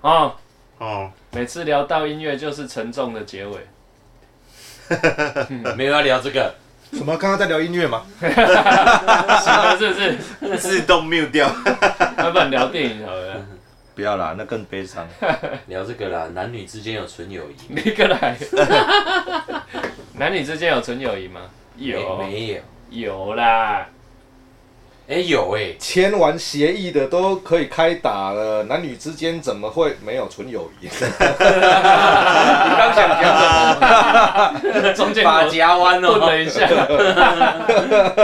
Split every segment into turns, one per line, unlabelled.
哦，
哦，
每次聊到音乐就是沉重的结尾。
没有要聊这个，
什么？刚刚在聊音乐嘛？
是不是？
自动 mute 掉。
原本聊电影好 了，
不要啦，那更悲伤。
哎聊这个啦，男女之间有纯友谊，
你过来。男女之间有纯友谊吗？有，
没没有？
有 啦。
哎、有哎、
签完协议的都可以开打了，男女之间怎么会没有纯友谊？
你刚想讲什么？
中间
法
我
家湾
顿
哦，
了一下，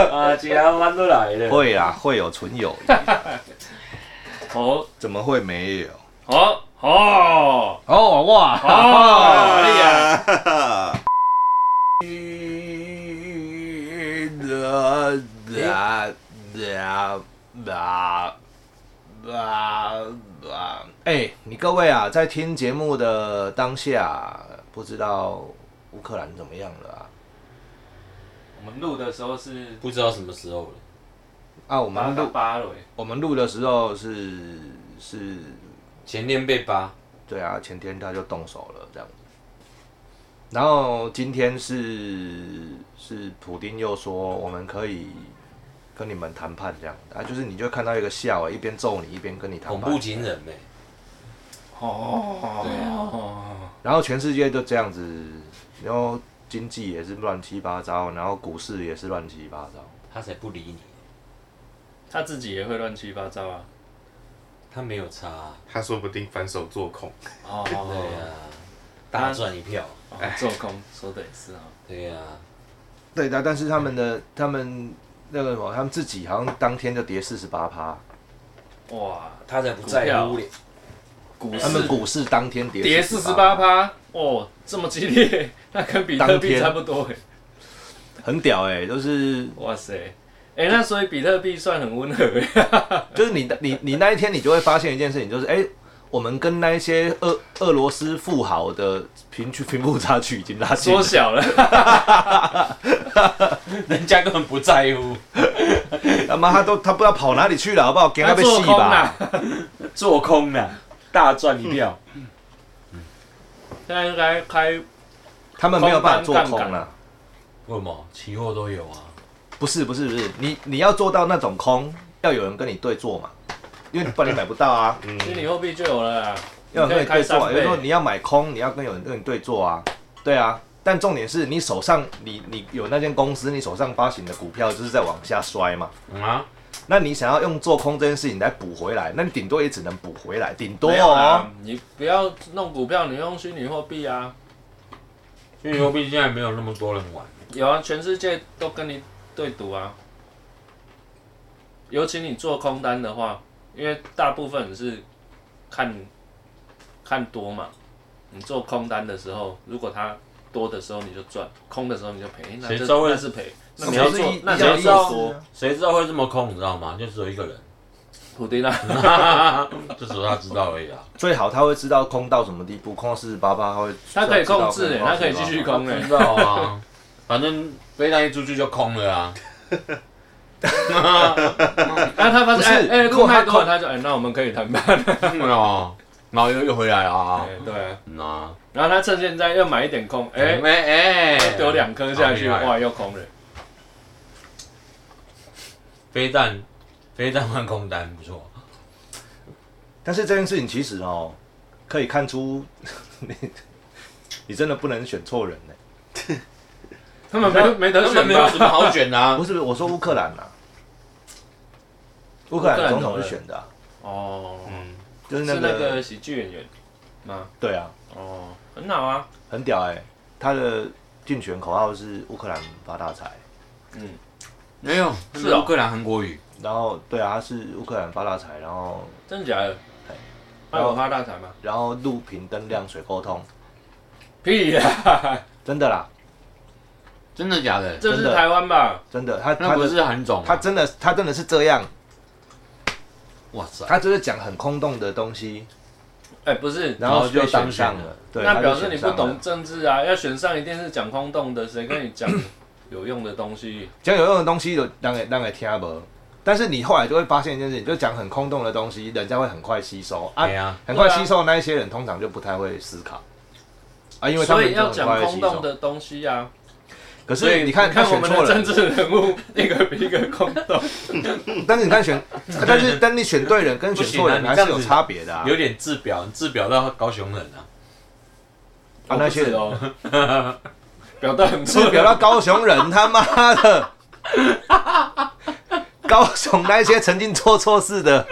法家湾都来 了。
会啊，会有纯友谊，
哦
怎么会没有？
哦哦
哦哇，
哦，厉害！
哎，你各位啊，在听节目的当下，不知道乌克兰怎么样了啊？
我们录的时候是
不知道什么时候了，
啊，我
八
们
到
录
八了欸，
我们录的时候是是，
前天被扒，
对啊，前天他就动手了这样子。然后今天是是普丁又说我们可以跟你们谈判这样啊，就是你就看到一个笑、一边揍你一边跟你谈
恐
判
怖，情人欸呗、
哦，
对啊，
哦，
然后全世界都这样子，然后经济也是乱七八糟，然后股市也是乱七八糟。
他才不理你，
他自己也会乱七八糟啊。
他没有差、啊。
他说不定反手做空，
哦，
对啊，大赚一票。
哦做空说的也是啊。
对啊，
对的，但是他们的他们那个什么，他们自己好像当天就跌四十八趴，
哇，
他才不在乎嘞。
股
他
市
们股市当天跌
跌四
48
十八趴，哦，这么激烈，那跟比特
当
币
天
差不多哎。
很屌哎、就是
哇塞，哎、那所以比特币算很温和 欸。
就是你你你那一天你就会发现一件事情，就是哎、我们跟那一些俄俄罗斯富豪的贫穷贫富差距已经拉近
缩
了，
小了，
人家根本不在乎，
他妈他都他不知道跑哪里去了，好不好？给
它
被
做
戏
空啊
吧
啦。。
做空了，大赚一票。
现在应该开
他们没有办法做
空单
空
杠
了。
为什么？期货都有啊。
不是不是不是，你你要做到那种空，要有人跟你对做嘛，因为不然你买不到啊。
虚拟货币就有了啦，
要有
嗯你可
人
以
跟
开
你对做、
三
啊，有时候
倍。
你要买空，你要跟有人跟你对做啊，对啊。但重点是你手上你你有那间公司，你手上发行的股票就是在往下摔嘛。
嗯啊，
那你想要用做空这件事情来补回来，那你顶多也只能补回来，顶多
没有
哦
啦。，你不要弄股票，你用虚拟货币啊。
因为牛币现在没有那么多人玩。
有啊，全世界都跟你对赌啊。尤其你做空单的话，因为大部分是看看多嘛。你做空单的时候，如果它多的时候你就赚，空的时候你就赔。那
谁
这
知道会
那是赔？那
那
你
谁
要
不是
做
一，
那
一
你
样
要
的
做
意思
多
啊
谁知道会这么空，你知道吗？就只有一个人，
普丁啊。
就只有他知道而已啊。
最好他会知道空到什么地步，空到四十八趴，他会
他可以控制
知道
欸他可以继续空
他
欸
知道啊，反正飞弹一出去就空了啊。
那他发
不
现
是
哎哎，
如果
空
他
太多了，他就哎，那我们可以谈判。
嗯哦，然后又又回来了啊。
哎对啊，
嗯啊，
然后他趁现在又买一点空，哎
哎，哎哎，
丢两颗下去，
好厉害啊
哇，又空了。
飞弹，飞弹换空单不错。
但是这件事情其实哦，可以看出 你你真的不能选错人呢、
他们没没得
根本
选
没有
吧
什？么好选的啊
不。是，我说乌克兰啊，
乌
乌克
克
兰
兰
总
怎么
统
了
是选的啊、
哦，
嗯，
就是
是
那
那
个
个喜剧演员吗？
对啊，
哦，很好啊，
很屌哎、他的竞选口号是乌克兰发大财，
嗯，
没有，
是
是
哦
乌克兰韩国语。
然后对啊，他是乌克兰发大财，然后
真的假的
哎？
那有发大财吗？
然后路平灯亮水沟通，
屁 呀，
真的啦，
真的假的？
这是台湾吧？
真的，他
那
他
不
的
是韩总吗？
他真的他真的是这样，
哇塞，
他就是讲很空洞的东西，
哎，不是，
然后
然后就
被选
当选
上
了
了。对，
那
他就
表示
选
你不
上了
懂。政治啊！要选上一定是讲 空洞的，谁跟你讲有用的东西？
讲有用的东西就让给让给听不，但是你后来就会发现一件事情，就讲很空洞的东西，人家会很快吸收啊
对，啊，
很快
对啊
吸收那一些人通常就不太会思考啊，因为
所
他
以
们就
要
很
讲
快会
空
吸
洞
收。
的东西啊。
可
所以
是你看，他
看我
选
们
错
的政
人，
治人物，一个比一个空洞。
但是你看选， 但是但你选对人跟选错人
不行
还
啊你这
是
样子
有差别的啊。
有点自表，自表到高雄人啊，
啊那些人
我不知哦， 表达很
是
错，
表到高雄人，他妈的， 高雄那些曾经做错事的，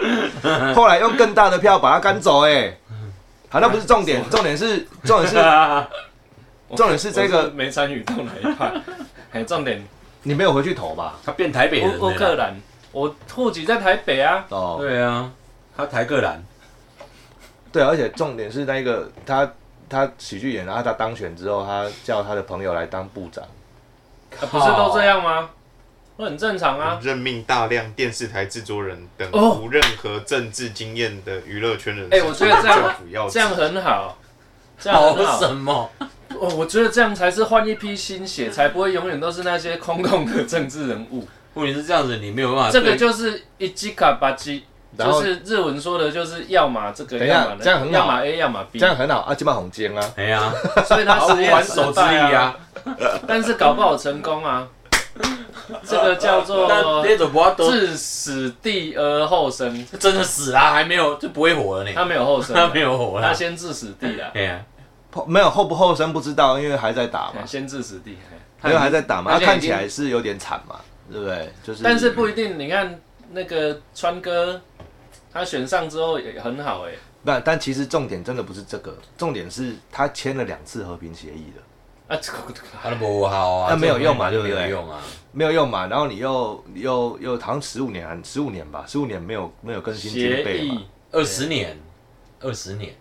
后来用更大的票把他赶走、哎，好，那不是重点，重点是重点是
我
重点是这
我
个
是没参与到哪一 派。哎，重点
你没有回去投吧？
他变台北人
乌乌克
了啦。
兰，我户籍在台北啊。
哦，
对啊，他台克兰，
对，而且重点是那个他他喜剧演员，然后他当选之后，他叫他的朋友来当部长，
啊不是都这样吗？那很正常啊。
任命大量电视台制作人等
哦
无任何政治经验的娱乐圈人士，
哎我觉得这样
政府要
这样很好，这样
搞
很好。
什么？
我我觉得这样才是换一批新血，才不会永远都是那些空洞的政治人物。
问题是这样子，你没有办法
这
啊对。
个就是一击卡巴基，
然后
就是日文说的，就是要么这个，
等一下
要么那
这样很好
要么 A，要么 B，
这样很好啊，基本红尖啊，
哎呀，
所以他
毫
实
无
验
还
失
手之
败
力啊！
但是搞不好成功啊。这个叫做
那那种不要都
置死地而后生，
真的死啦，还没有就不会活了呢，
他没有后生啊，
他没 有活
他
了。
先置死地 啊，
哎呀，
后没有后不后生不知道，因为还在打嘛，
哎先置死地。嘿
因为还在打嘛，
他
他
现在已
看
经
起来是有点惨嘛，对不对？就是，
但是不一定，你看那个川哥，他选上之后也很好哎、
那但其实重点真的不是这个，重点是他签了两次和平协议 了，
啊，这个
他都不好啊，
那没有用嘛
这种东西
对不对
没有用啊，
没有用嘛，然后你又你又又好像十五年还十五年吧，十五年没有没有更新军
协
备嘛
议，
二十年，二十年，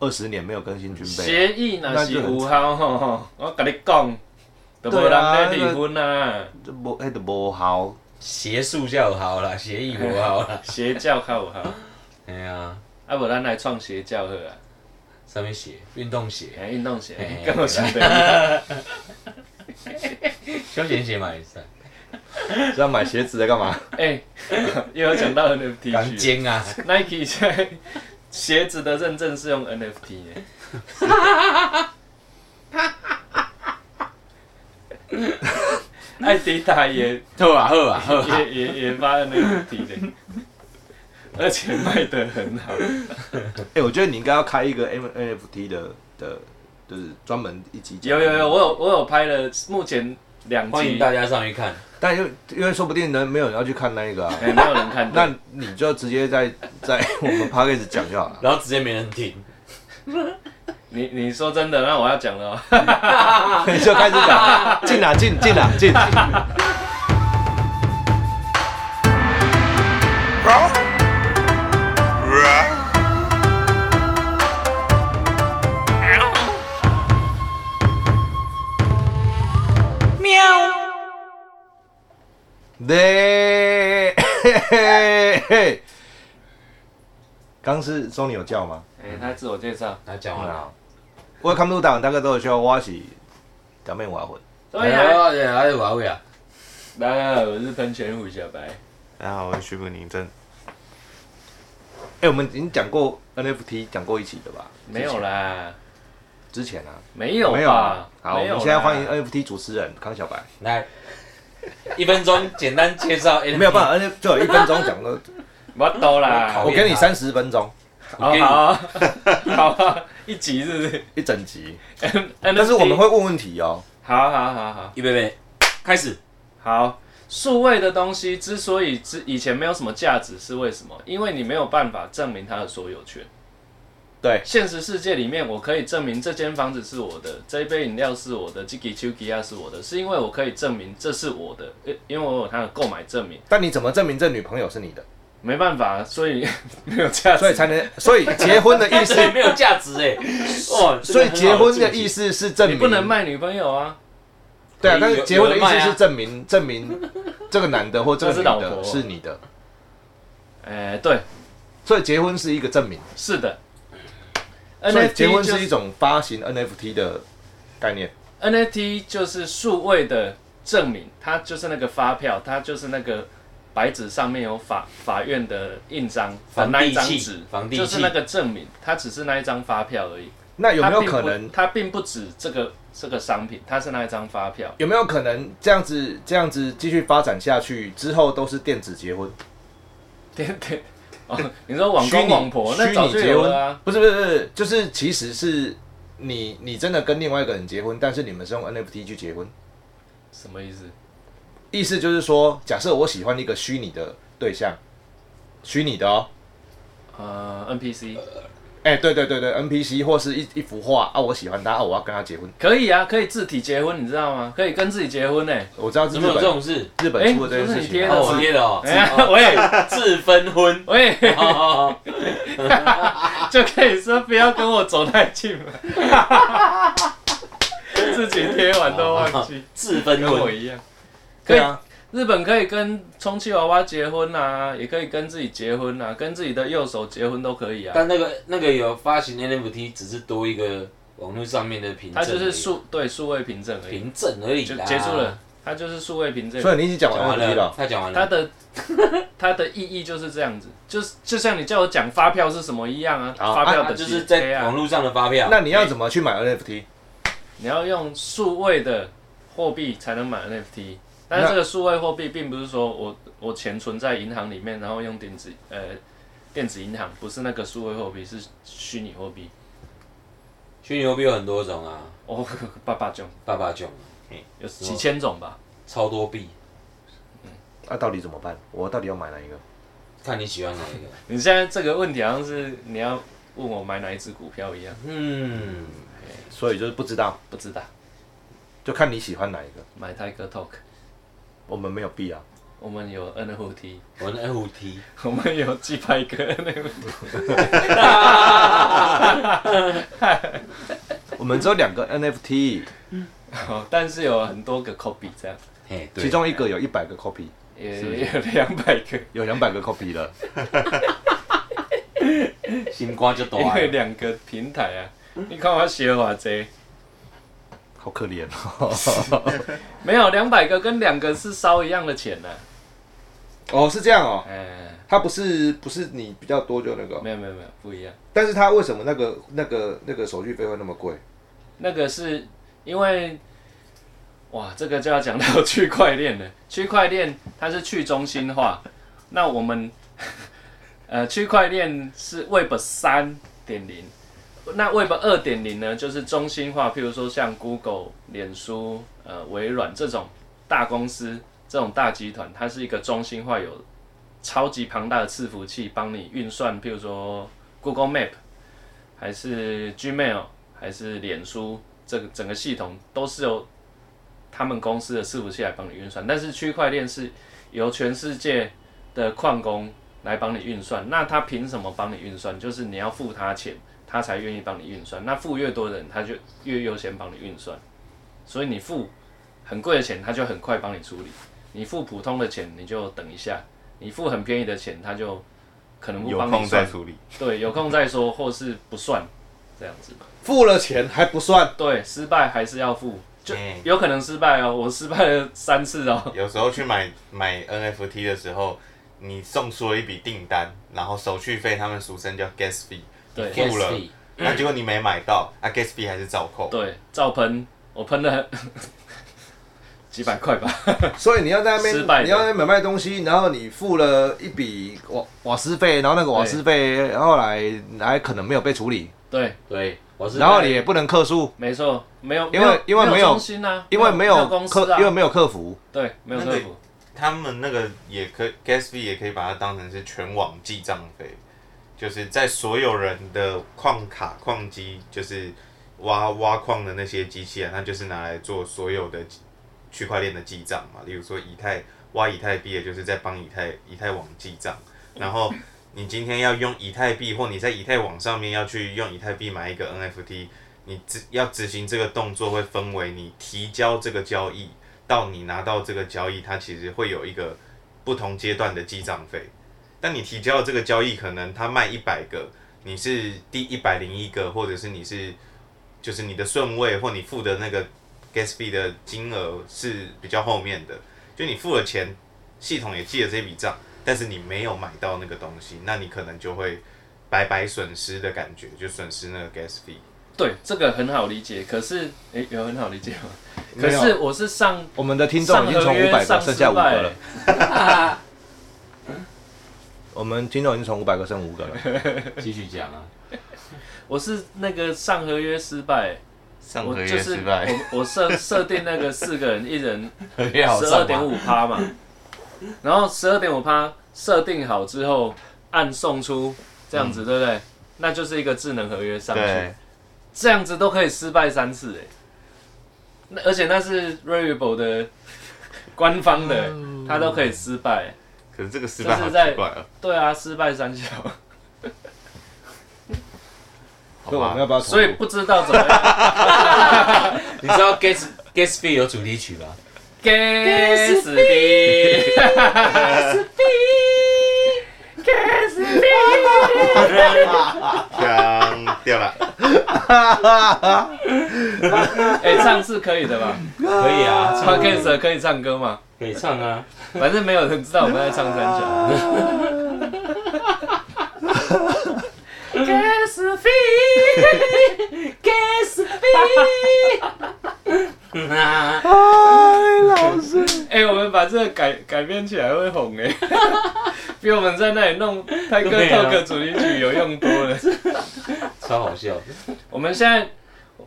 二十年没有更新军备，
协议那
那
是
就很
有效吼吼， 我跟你讲，都无
对
人
啊
在离婚啊，
这不那都不好，
邪术叫好啦，协议不好 啦。
邪教较有效，
哎呀，
啊无咱来创邪教好啊，
上面写运动鞋、
哎运动鞋
哎
跟我想的一样，
休闲鞋嘛也是啊，
这要买鞋子来干 嘛？
哎，又有讲到 NFT
钢
去
筋啊，
，Nike 现在鞋子的认证是用 NFT 耶，艾迪达也
好啊好啊好啊，
也也也发 NFT 的，而且卖的很好。
哎、我觉得你应该要开一个 M NFT 的的，就是专门一集讲
有有有，，我有我有拍了，目前两
欢迎
集，
大家上去看。
但因为因为说不定人没有人要去看那一个啊，
哎、没有人 看到。
那你就直接在在我们 p a c k a g e 讲就好了。
然后直接没人听，
你你说真的，那我要讲了、哦。
你就开始讲，进啊进进啊进。对， 嘿嘿嘿刚是 Sony 有叫吗
哎、他自我介绍，
他讲完了。
？Welcome to 台湾大哥都有笑，我是假面瓦魂。
对啊呀、
哎呀，哎呀，哎呀，
大家好，我是喷泉虎小白。
大家好，我是徐本宁真。
哎、我们已经讲过 NFT，讲过一起的吧？
没有啦，
之前啊，
没有
没有啊
吧？。
好，我
没有
们
啦
现在欢迎 NFT 主持人康小 白。
来，一分钟简单介绍哎 NFT。
没有办法，NFT 就有一分钟讲 了，
我懂啦
讨。
我给
厌
你
他
三十分钟
好
我给你
好啊，好啊，一集是不是？
一整集，
但
但是我们会问问题哦。
好啊好好好
预备备，开始。
好。数位的东西之所以之以前没有什么价值，是为什么？因为你没有办法证明它的所有权。
对，
现实世界里面，我可以证明这间房子是我的，这一杯饮料是我的，这个丘吉亚是我的，是因为我可以证明这是我的，呃因为我有他的购买证明，
但你怎么证明这女朋友是 你的？
没办法，所以没有价值。
所以才能，所以结婚的意
但
思，
是没有价值哎，哇！
所以结婚的意
思，
思是证
你
明
不能卖女朋友啊，
对啊，
有
但是结婚的意
有人
思
卖啊
是证明证明这个男的或这个女
那是老
的
婆
是你的，
哎、对，
所以结婚是一个证明，
是的。
所以结婚
NFT 就是
一种发行 NFT 的概念。
NFT 就是数位的证明，它就是那个发票，它就是那个把白纸上面有法法院的印章的
房地
那一张
契
纸，
房地
就是
契
那个证明，它只是那一张发票而已。
那有没有
它并不
可能？
它并不止这个这个商品，它是那一张发票。
有没有可能这样子这样子继续发展下去之后都是电子结婚？
对对，哦，你说网
虚
公
拟
网婆那早就
虚拟结
有
婚
了啊。
不是不是不是，就是其实是你你真的跟另外一个人结婚，但是你们是用 NFT 去结婚，
什么意思？
意思就是说，假设我喜欢一个虚拟的对象，虚拟的哦，
呃，NPC
哎、对对对对，NPC 或是一一幅画啊，我喜欢他，啊，我要跟他结婚。
可以啊，可以自体结婚，你知道吗？可以跟自己结婚呢、欸
我知道日
怎么有这
本
种事？
日本出了这件事
哎就是你贴
情
的
啊，
哦，我贴的哦，
哎呀，喂。
自分婚
喂，
哦哦哦
就可以说不要跟我走太近了。自己贴完都忘记，
自分
跟我
婚，
一样。可
对
以，
啊，
日本可以跟充气娃娃结婚啊，也可以跟自己结婚啊，跟自己的右手结婚都可以啊。
但那个那个有发行 NFT，只是多一个网络上面的凭证
它
而已，
就是数对数位凭证而已，
凭证而已
就
啦。
结束了。它就是数位凭证，
所以你已经讲
讲
完
完
NFT
了
了，，
他讲完
它
了。
的它的意义就是这样子，就是就像你叫我讲发票是什么一样啊，
好
发票
他
的
哦就是
对
在哦
啊
网络上的发票，
那你要怎么去买 NFT？
你要用数位的货币才能买 NFT，但是这个数位货币并不是说我我钱存在银行里面，然后用电子呃电子银行，不是那个数位货币，是虚拟货币。
虚拟货币有很多种啊，
哦， 爸爸囧
爸爸囧啊
有几千种吧？
超多币，
那、啊到底怎么办？我到底要买哪一个？
看你喜欢哪一个。
你现在这个问题好像是你要问我买哪一只股票一样，
嗯，
所以就是不知道，
不知道
就看你喜欢哪一个。
买 Tiger Talk，
我们没有必要，
我们有 NFT，
我的 NFT
我们有几百个 NFT，
我们只有两个 NFT，
哦但是有很多个 copy 这样，
嘿，对，
其中一个有一百个 copy，
也也有两百个，
有两百个 copy 了。
心肝就大
因为
了，
两个平台啊，你看我写偌济，
好可怜哦！
没有两百个跟两个是烧一样的钱呢、啊。
哦，是这样哦，
嗯，
他不是不是你比较多就那个，
没有没有没有不一样，
但是他为什么那个那个那个手续费会那么贵？
那个是因为，哇，这个就要讲到区块链了。区块链它是去中心化，那我们 呃区块链是 Web 三点零。那 Web 二点零呢，就是中心化，譬如说像 Google、脸书、呃微软这种大公司、这种大集团，它是一个中心化，有超级庞大的伺服器帮你运算，譬如说 Google Map，还是 Gmail，还是脸书，这个整个系统都是由他们公司的伺服器来帮你运算，但是区块链是由全世界的矿工来帮你运算，那他凭什么帮你运算？就是你要付他钱，他才愿意帮你运算。那付越多的人，他就越优先帮你运算，所以你付很贵的钱，他就很快帮你处理；你付普通的钱，你就等一下；你付很便宜的钱，他就可能不
有
帮
空
你
再
算。
处理。
对，有空再说，或是不算这样子。
付了钱还不算，
对，失败还是要付，就
哎
嗯
有可能失败哦。我失败了三次哦。
有时候去买买 NFT 的时候，你送出了一笔订单，然后手续费他们俗称叫 gas fee，
对
付了
Gas fee，
那结果你没买到，啊 gas fee 还是照扣。
对，照喷，我喷了几百块吧。
所以你要在那
失败的
边你要在那边买卖东西，然后你付了一笔瓦瓦斯费，然后那个瓦斯费后来还可能没有被处理，
对，
对，我是
然后你也不能客诉，
没错，没有，
因为
没
因为
没
没有
中心啊，
因为没
有
有
公司
客
啊，
因为没有客服，
对没有
那个
客服，
他们那个也可 gas fee 也可以把它当成是全网记账费，就是在所有人的矿卡、矿机，就是挖挖矿的那些机器啊，它就是拿来做所有的区块链的记账嘛。例如说以太挖以太币，也就是在帮以太以太网记账。然后你今天要用以太币，或你在以太网上面要去用以太币买一个 NFT，你执要执行这个动作会分为你提交这个交易。到你拿到这个交易，它其实会有一个不同阶段的记账费。但你提交的这个交易，可能他卖一百个，你是第一百零一个，或者是你是就是你的顺位或你付的那个 gas fee 的金额是比较后面的，就你付了钱，系统也记了这笔账，但是你没有买到那个东西，那你可能就会白白损失的感觉，就损失那个 gas fee。
对，这个很好理解。可是，诶，有很好理解吗？可
没有
是我是上
我们的听众已经从五百个
上合约上
剩下五个
失败
了。我们听众已经从五百个剩五个了。
继续讲啊，
我是那个上合约失败，
上
我就是，我我设设定那个四个人，一 人
合约好
十二
上
点
吗？
五趴嘛，然后十二点五趴设定好之后按送出，这样
嗯
子、对不对？那就是一个智能合约上去
对，，
这样子都可以失败三次哎、那而且那是 Rarible 的官方的、欸，
嗯
它都可以失败、欸
可是这个失
败好奇怪
啊。
对啊，失败三小，
所以我们要不要重
所以
录？
不知道怎么样
你知道 Gas Gas Fee 有主题曲吧？
该死的，
枪掉了，
哎、唱是可以的吧
可以啊，
p o
唱
d c a s 可以唱歌吗？
可以唱啊。
反正没有人知道我们在唱三小。该死的，
Gas Fee，啊，
哎，老师，
哎，我们把这个改改编起来会红哎、 比我们在那里弄泰哥
对啊
talk 主题曲有用多了。
超好笑，
我们现在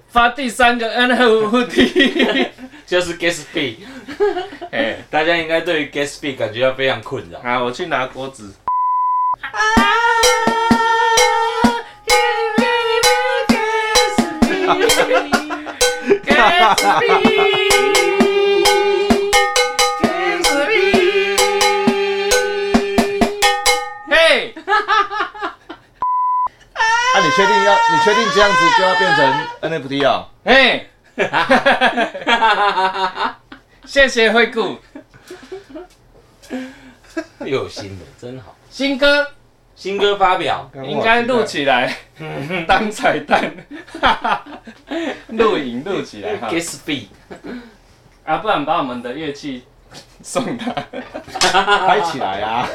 发第三个 N 和 U D，
就是 Gas Fee，
哎，
大家应该对于 Gas Fee 感觉到非常困扰。
啊，我去拿锅子。嘿，
那、你确定要？你确定这样子就要变 成 NFT 啊？
嘿， 谢谢惠顾，
又有哎新的，真好。
新歌
新歌发表，
应该录起来当彩蛋，录影录起来哈。
Gas Fee，
啊，不然把我们的乐器送他。
拍起 来啊！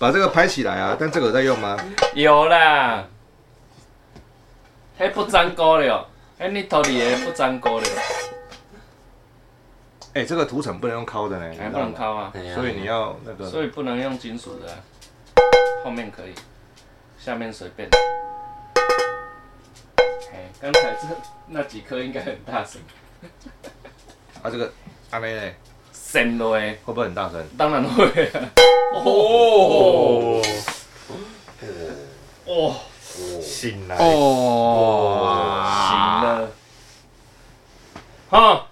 把这个拍起来啊！但这个有在用吗？
有啦，迄不粘锅了，迄你头里的不粘锅了，
哎、这个涂层不能用敲的呢，你知
还不
道
能
吗
敲
哎
啊，
所以你要那个
所以不能用金属的啊、后面可以，下面随便。哎，刚才这那几颗应该很大声，
啊，这个阿妹嘞
声落的
会不会很大声？
当然会啊。
哦，
哦，哎
醒来，
哦，
行了，好，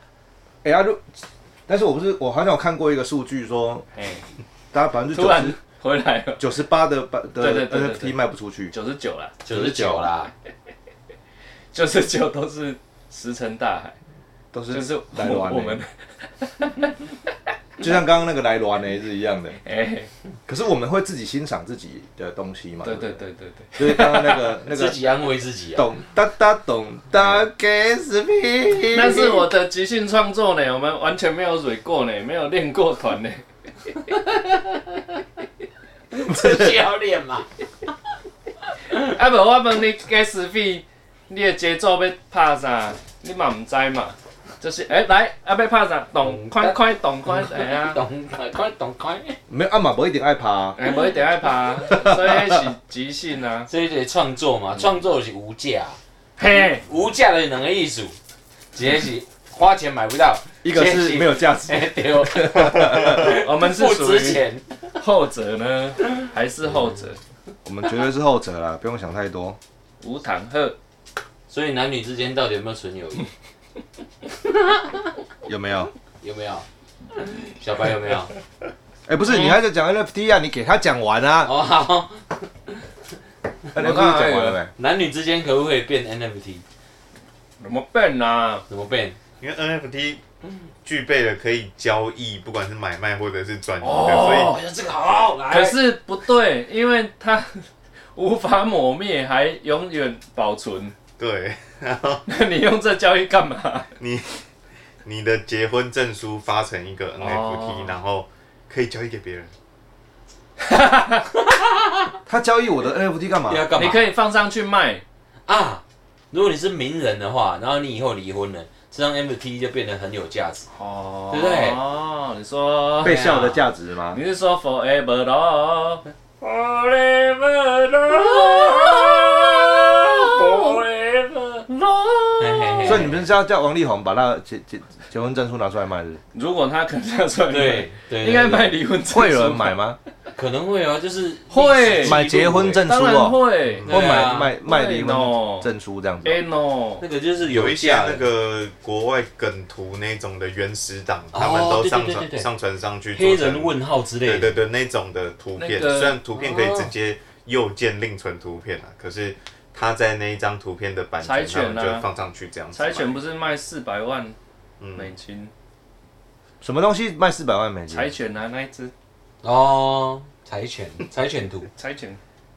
哎、呀、如，但是我不是我好像有看过一个数据说，
哎，
大家百分之
突
九
然
十
回来了，
九十八的版
对对
的
对对对
NFT 卖不出去，
九十九了，
九十九啦，
九十九都是石沉大海。
都是
就是欸我
来乱、
我们，
就像刚刚那个来乱呢是一样的。
哎，
可是我们会自己欣赏自己的东西嘛？
对对
不
对对对，
就是刚刚那 个那
自
个
己安慰自己啊。
懂哒哒懂哒给死屁，
那嗯是我的即兴创作呢，我们完全没有蕊过呢，没有练过团 呢，
这教练嘛，
啊不，我问你 gas 费，你的节奏要拍啥，你嘛唔知嘛，就是哎、来，啊要拍啥，动快快动快，哎呀、啊，
懂快快懂快，
没有阿玛不一定爱爬、啊，
哎、无一定爱拍 啊，所以那是即兴啊，
这就是创作嘛，创作是无价，啊
嘿，
无价的两个艺术，一个是花钱买不 到，
一个是没有价值，
哎对哦，
我们是
不
属
值
于
钱。
后者呢，还是后者？
我们绝对是后者啦，不用想太多。
无糖喝，
所以男女之间到底有没有纯友谊？
有没有？
有 没有？小白有没有？
哎、不
嗯
是，你还在讲 NFT 啊？你给他讲完啊
哦好，
，NFT 讲完了没？
男女之间可不可以变 NFT？
怎么办啊？
怎么变？
因为 NFT 具备了可以交易，不管是买卖或者是转移的，
哦
哎呀，这个好，来，
可是不对，因为它无法抹灭，还永远保存。
所以对，然后
那你用这交易干嘛？
你的结婚证书发成一个 NFT，、
哦
然后可以交易给别人。
他交易我的 NFT 干嘛
你？要干
哎你
嘛？
可以放上去卖，
啊，如果你是名人的话，然后你以后离婚了，这张 NFT 就变得很有价值。
哦，
对不对
哦，你说
被笑的价值吗？
你是说 forever love，forever love，forever love。
嘿嘿嘿
所以你们是要叫王力宏把那结结结婚证书拿出来 卖是不是？
如果他肯这样说，
对对，
应该
对
卖，离婚证书吧
会有人买？吗？
可能会啊，就是
会
买结婚证书
当然
哦，
会。
嗯
或
对啊
买卖卖离
会
婚
喏
证书这样子。
哎 no，
那个就是
有
有
一些
价
那
的
个国外梗图那种的原始档，
哦
他们都上
对对对对
传
对
上传上去，
黑人问号之类
对对
的，
对，那种的图片，
那个
虽然图片可以直接右键另存图片啊，可是他在那一张图片的版
柴犬
权，他
啊
们就会放上去这样子卖。
柴犬不是卖四百万美
嗯，
金？
什么东西卖四百万美金？
柴犬啊，那一只
哦，柴犬， 柴犬图，
柴犬，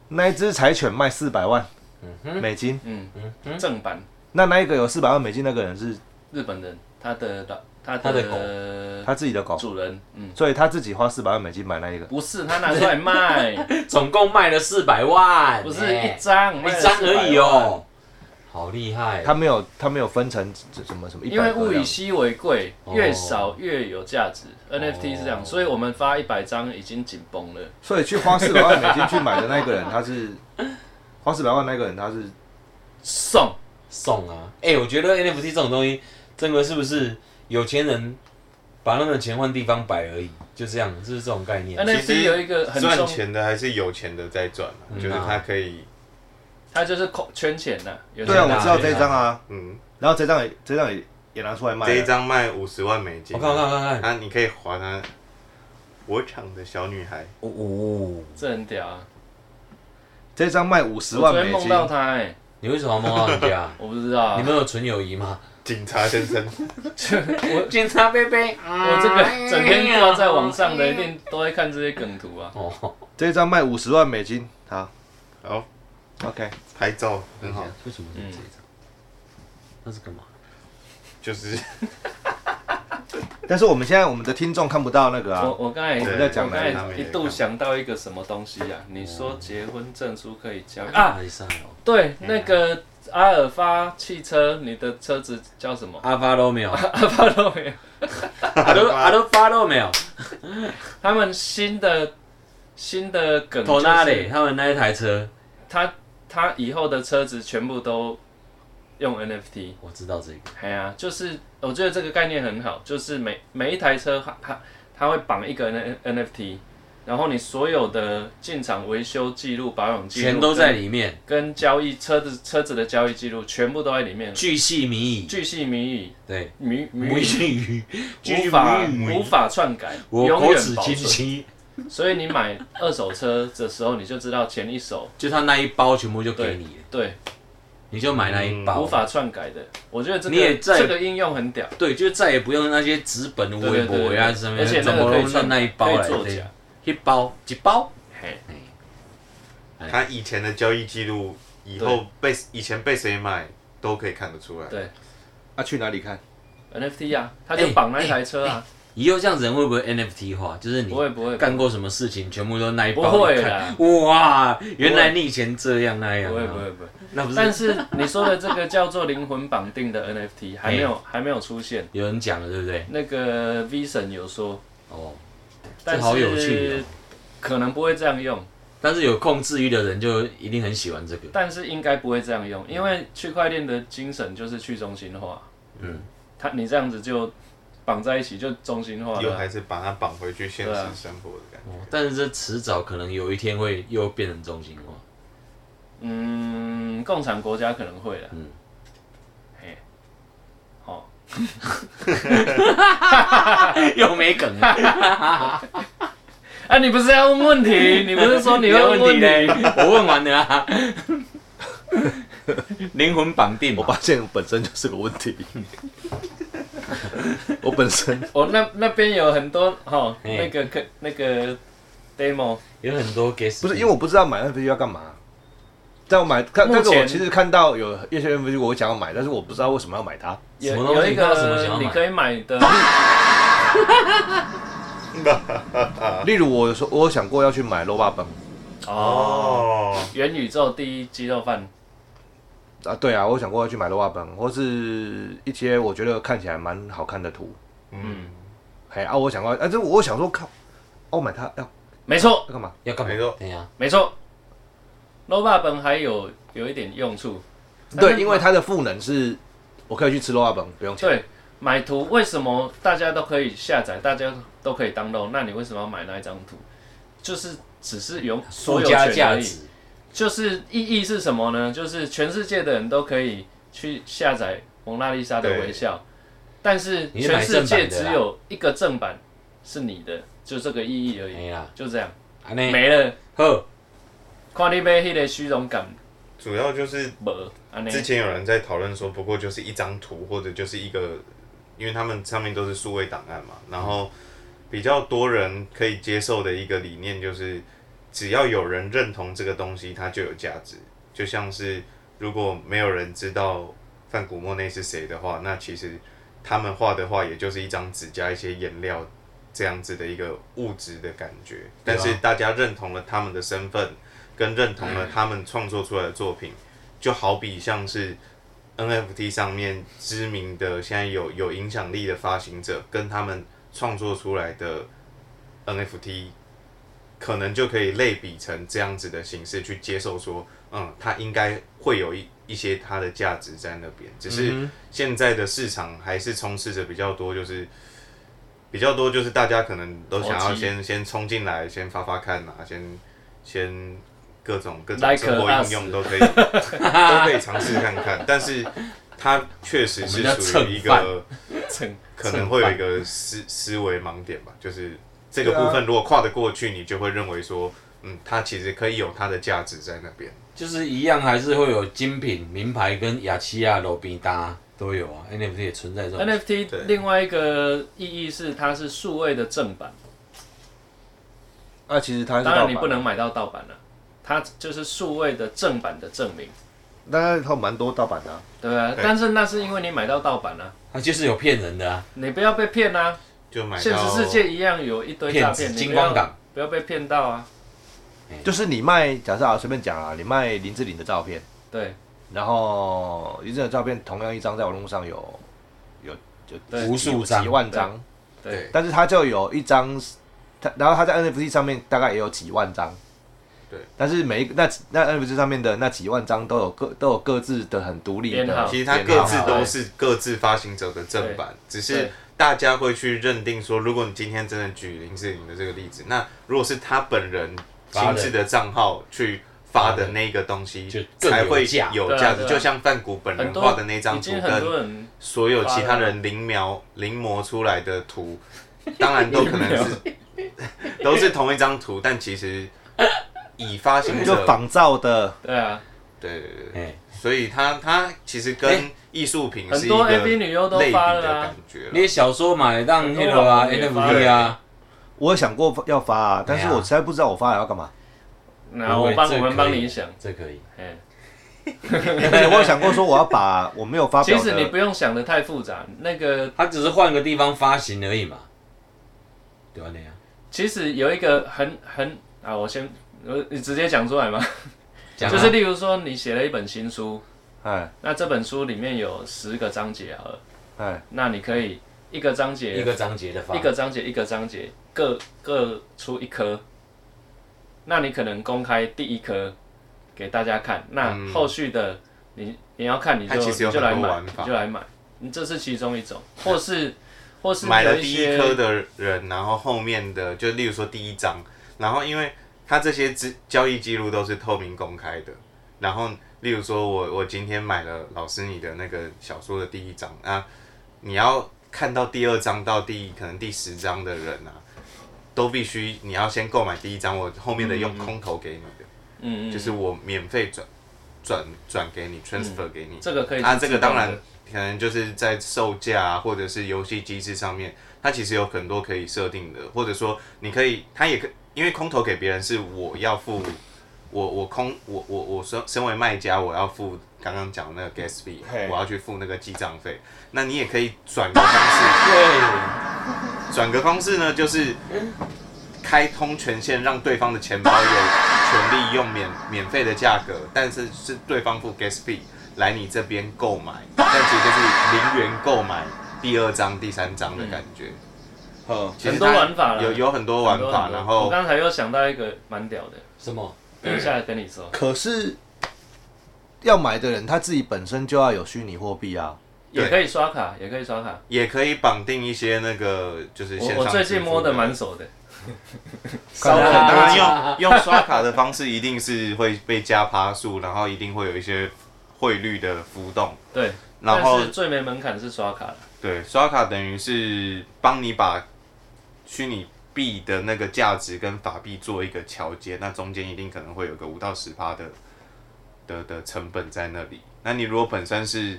那一只柴犬卖四百万
嗯哼，
美金，
嗯，
嗯哼，
正版
那那一个有四百万美金那个人是
日本人，他的老他
他的
的
他自己的狗，
主人，嗯，
所以他自己花四百万美金买那一个。
不是他拿出来卖，
总共卖了四百万，
不是
哎
一张
一张而已，哦，好厉害，
他没有，他没有分成什么什么一
卖400万
百
因
个
为
这样。
物以稀为贵，
哦
越少越有价值。NFT 是这样，
哦
所以我们发一百张已经紧绷了。
所以去花四百万美金去买的那个人，他是花四百万那个人，他是
送
送啊！哎、我觉得 NFT 这种东西，真的是不是有钱人把那个钱换地方摆而已，就这样，就是这种概念。
其实
NFT 有一个很
赚
重，
钱的还是有钱的在赚啊、
嗯啊
就是他可以，
它就是空圈钱呐，有
对啊，
钱
我
拿
知道这一张啊，
嗯，
然后这张也这张也也拿出来卖啊。
这一张卖五十万美金，
哦我看，我看，我看，我看，
啊，你可以还啊，我厂的小女孩，
哦哦，
这很屌啊！
这张卖五十
我昨
万
天
美
梦
金，
到他哎，
你为什么要梦到人
？
家
我不知道啊
你，们有纯友谊吗？
警察先生，
我
警察贝贝，
我
我
这个整天挂在网上的，一定都在看这些梗图啊。
哦，
这张卖五十万美金，好
好，
，OK，
拍照很好，，
为什么是这一张？
嗯
那是干嘛？
就是
但是我们现在我们的听众看不到那个啊
我，我刚才
我
们
在讲
我刚
哪
才
一
一
档
度想到一个什么东西啊？你说结婚证书可以
嗯
交啊？
啊，一上哦，
对，那个阿尔法汽车，你的车子叫什 么？
阿发都没有，
阿法罗梅，
阿都阿都发都没有，
他们新的新的梗
头
就
那里
是
他们那一台车，
他他以后的车子全部都用 NFT。
我知道这个，
哎呀，就是我觉得这个概念很好，就是每每一台车它它它会绑一个 N NFT，然后你所有的进场维修记录、保养记录
全都在里面，
跟跟交易车子车子的交易记录全部都在里面，
巨细靡遗，
巨细靡遗，
对，
靡
无
靡
语，
遗无法无法篡改，
我
永
口
远
齿
保
清
存。
晰，
所以你买二手车的时候，你就知道前一手
就他那一包全部就给你了，
对嗯
你就买那一包，
无法篡改的。我觉得这
你也
个
在
这个应用很屌，
对，就再也不用那些纸本
对
微
对
博
对
呀
对，
什么，
而且
怎
那
么
个可以
弄到
篡
那一包
可
来
以作假
对，，一包几包，
嘿。
他以前的交易记录，以后被以前被谁买都可以看得出来。
对
啊，去哪里看？
NFT 啊，他
哎
就绑那一台车啊，
以后这样子人会不会 NFT 化？就是你
不会不会
哎干过什么事情，全部都那一包，
不会
你
啦
看哇，原来你以前这样那样，啊
不会不会，不会。
那不
但
是
是你说的这个叫做灵魂绑定的
哎
NFT 还没有还没有出现，
有人讲了对不对？
那个 V 神有说，
哦，
但
这好有趣
是
哦。
可能不会这样用，
但是有控制欲的人就一定很喜欢这个，
但是应该不会这样用，因为区块链的精神就是去中心化。
嗯，
它你这样子就绑在一起就中心化
又
了，
还是把它绑回去现
啊对
实
啊
生活的感觉。
哦但是这迟早可能有一天会又变成中心化。
嗯，共产国家可能会了。
嗯
嘿，好，
又没梗 了，
啊，你不是要问问 题？你不是说你
有
会问问
问题
题？
嘞？我问完了啊。 灵魂绑定
我
嘛，
发现本身就是个问 题，我本身
我那那边有很多哈、哦，
嘿
那个可那个 demo，
有很多 guess，
不是因为我不知道买 NFT 要干嘛。但我买，但
目
但
前
是我其实看到有一些 NFT 我想要买，但是我不知道为什么要买它。
有
什么东
有
西
一
你看到什么想
个
要买
你可以买的，
例如我说，我有想过要去买肉霸本
哦，
哦，
元宇宙第一鸡肉饭，
啊，对啊，我想过要去买肉霸本，或是一些我觉得看起来蛮好看的图，
嗯，
嘿啊，我想过，啊，这我想说，靠，哦，买它要
没错
要干嘛？
要干嘛哎
没错？
等一下，
没错，肉霸本还有有一点用处，但
对，
是
因为它的赋能是，我可以去吃肉霸本，不用钱。
对，买图为什么大家都可以下载，大家都可以 download？那你为什么要买那一张图？就是只是有
附
所有
加
权
价
而已。
值，
就是意义是什么呢？就是全世界的人都可以去下载蒙娜丽莎的微笑，但是
你是买
全世界
正版的
只
啦
有一个正版是你的，就这个意义而已，
没啦，
就这样
哎安内
没了。
呵，
看你被迄个虚荣感啊
主要就是
无，安尼
之前有人在讨论说，不过就是一张图或者就是一个，因为他们上面都是数位档案嘛，然后比较多人可以接受的一个理念就是，只要有人认同这个东西，它就有价值。就像是如果没有人知道范古莫内是谁的话，那其实他们画的画也就是一张纸加一些颜料这样子的一个物质的感觉，
对啊
但是大家认同了他们的身份，跟认同了他们创作出来的作品。就好比像是 NFT 上面知名的、现在有有影响力的发行者，跟他们创作出来的 NFT，可能就可以类比成这样子的形式去接受说，嗯，它应该会有一一些它的价值在那边。只
嗯
是现在的市场还是充斥着比较多，就是比较多就是大家可能都想
投
要
机
先先冲进来，先发发看啊，先先各种各种
Like
生活应
us
用都可以 都可以尝试看看，但是它确实是属于一
我们
个
蹭
可能会有一个思思维盲点吧，就是这个
对啊
部分如果跨得过去，你就会认为说，嗯，它其实可以有它的价值在那边。
就是一样，还是会有精品、名牌跟雅琪亚、罗宾达都有啊，NFT 也存在这种。
NFT
对
另外一个意义是它是数位的正版，
那啊其实它是
当
盗
然
版
你不，能买到盗版了、啊它就是数位的正版的证明，
那它有蛮多盗版的啊。
对吧、
对
但是那是因为你买到盗版了、
他就是有骗人的啊，
你不要被骗啊！
就买到
现实世界一样有一堆诈
骗子、
骗，你
金
不要
光党，
不要被骗到啊！
就是你卖，假设啊，随便讲啊，你卖林志玲的照片，
对
然后林志玲的照片同样一张在网络上有有有
对
无数张
几万张，
对，
但是它就有一张是，它然后它在 NFT 上面大概也有几万张，
对，
但是每一个那那 NFT 上面的那几万张都有各都有各自的很独立
编号
的，
其实它各自都是各自发行者的正版，只是
啊对
大家会去认定说，如果你今天真的举林志颖的这个例子，那如果是他本人亲自的账号去发的那个东西
就，更有
才会
价
有
对啊
价
对
值。
啊
就像范谷本人
很
画
多
的那张
已
图
经很
跟
多人
所有其他人临描临摹出来的图，当然都可能是都是同一张图，但其实以 发行
就
者
仿造的，
对啊，
对对对，
哎，
所以它它其实跟艺术品是
很
一个
多
类
AV
比
女优都
的
发了啊
感，觉
你
啦。
的小说买当那个啊
很多网红也发
，NFT 啊，
我有想过要发啊，但是
对啊
我实在不知道我发了要干嘛，
那我帮
这
我
可以
们帮你想，
这可以，
哎，
而且我有想过说我要把我没有发
其
表
实你
的，
不用想的太复杂，那个
他只是换个地方发行而已嘛，对啊吧？那样
其实有一个很很啊，我先我你直接讲出来嘛，
讲啊
就是例如说你写了一本新书，
哎
那这本书里面有十个章节好了，
哎，
那你可以一个章节
一个章节的发
一，个章节一个章节各各出一颗，那你可能公开第一颗给大家看，那
嗯
后续的你你要看你就
它其实有
你就来
很多
买，
玩
你
法
就来买，你这是其中一种，或是或是
买了
有
第
些
一颗的人，然后后面的就例如说第一张，然后因为它这些资交易记录都是透明公开的，然后例如说我我今天买了老师你的那个小说的第一章啊，你要看到第二章到第可能第十章的人啊，都必须你要先购买第一章，我后面的用
嗯
空投给你的，
嗯嗯，嗯
就是我免费转转转给你 transfer 给你，
这个可以
啊，
是
这
自
个
动
当
的
然可能就是在售价啊，或者是游戏机制上面，它其实有很多可以设定的，或者说你可以，它也可，因为空投给别人是我要付，我我空我我我身身为卖家，我要付刚刚讲的那个 gas fee，
嘿
我要去付那个记账费，那你也可以转个方式，
对，
转个方式呢，就是开通权限，让对方的钱包有权利用免免费的价格，但是是对方付 gas fee 来你这边购买，但其实就是零元购买第二张、第三张的感觉。
哦
嗯，
其实
很多
它
玩法啦
有有很多玩法，然
我
后嗯
刚才又想到一个蛮屌的，
什么？
等一下跟你说。
可是要买的人他自己本身就要有虚拟货币啊。
对
也可以刷卡，也可以刷卡。
也可以绑定一些那个就是线
我
上
我最
支
近
付
摸的蛮熟的，
干
少
嘛
啊
当然用用刷卡的方式一定是会被加趴数，然后一定会有一些汇率的浮动，
对。
然后
但是最没门槛是刷卡啦
对刷卡等于是帮你把虚拟币的那个价值跟法币做一个桥接，那中间一定可能会有个五到十趴的的的成本在那里。那你如果本身是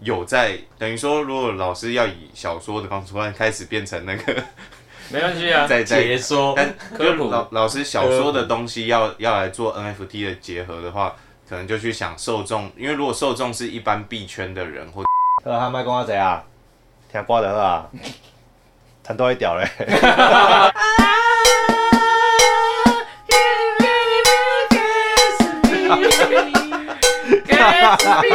有在等于说，如果老师要以小说的方式，突然开始变成那个
没关系啊。
在在
解说
但
科
就
普
老老师小说的东西要要来做 NFT 的结合的话，可能就去想受众，因为如果受众是一般币圈的人，或
呃，他卖讲我谁啊？听挂人 啊，谈多一屌嘞。
Gatsby,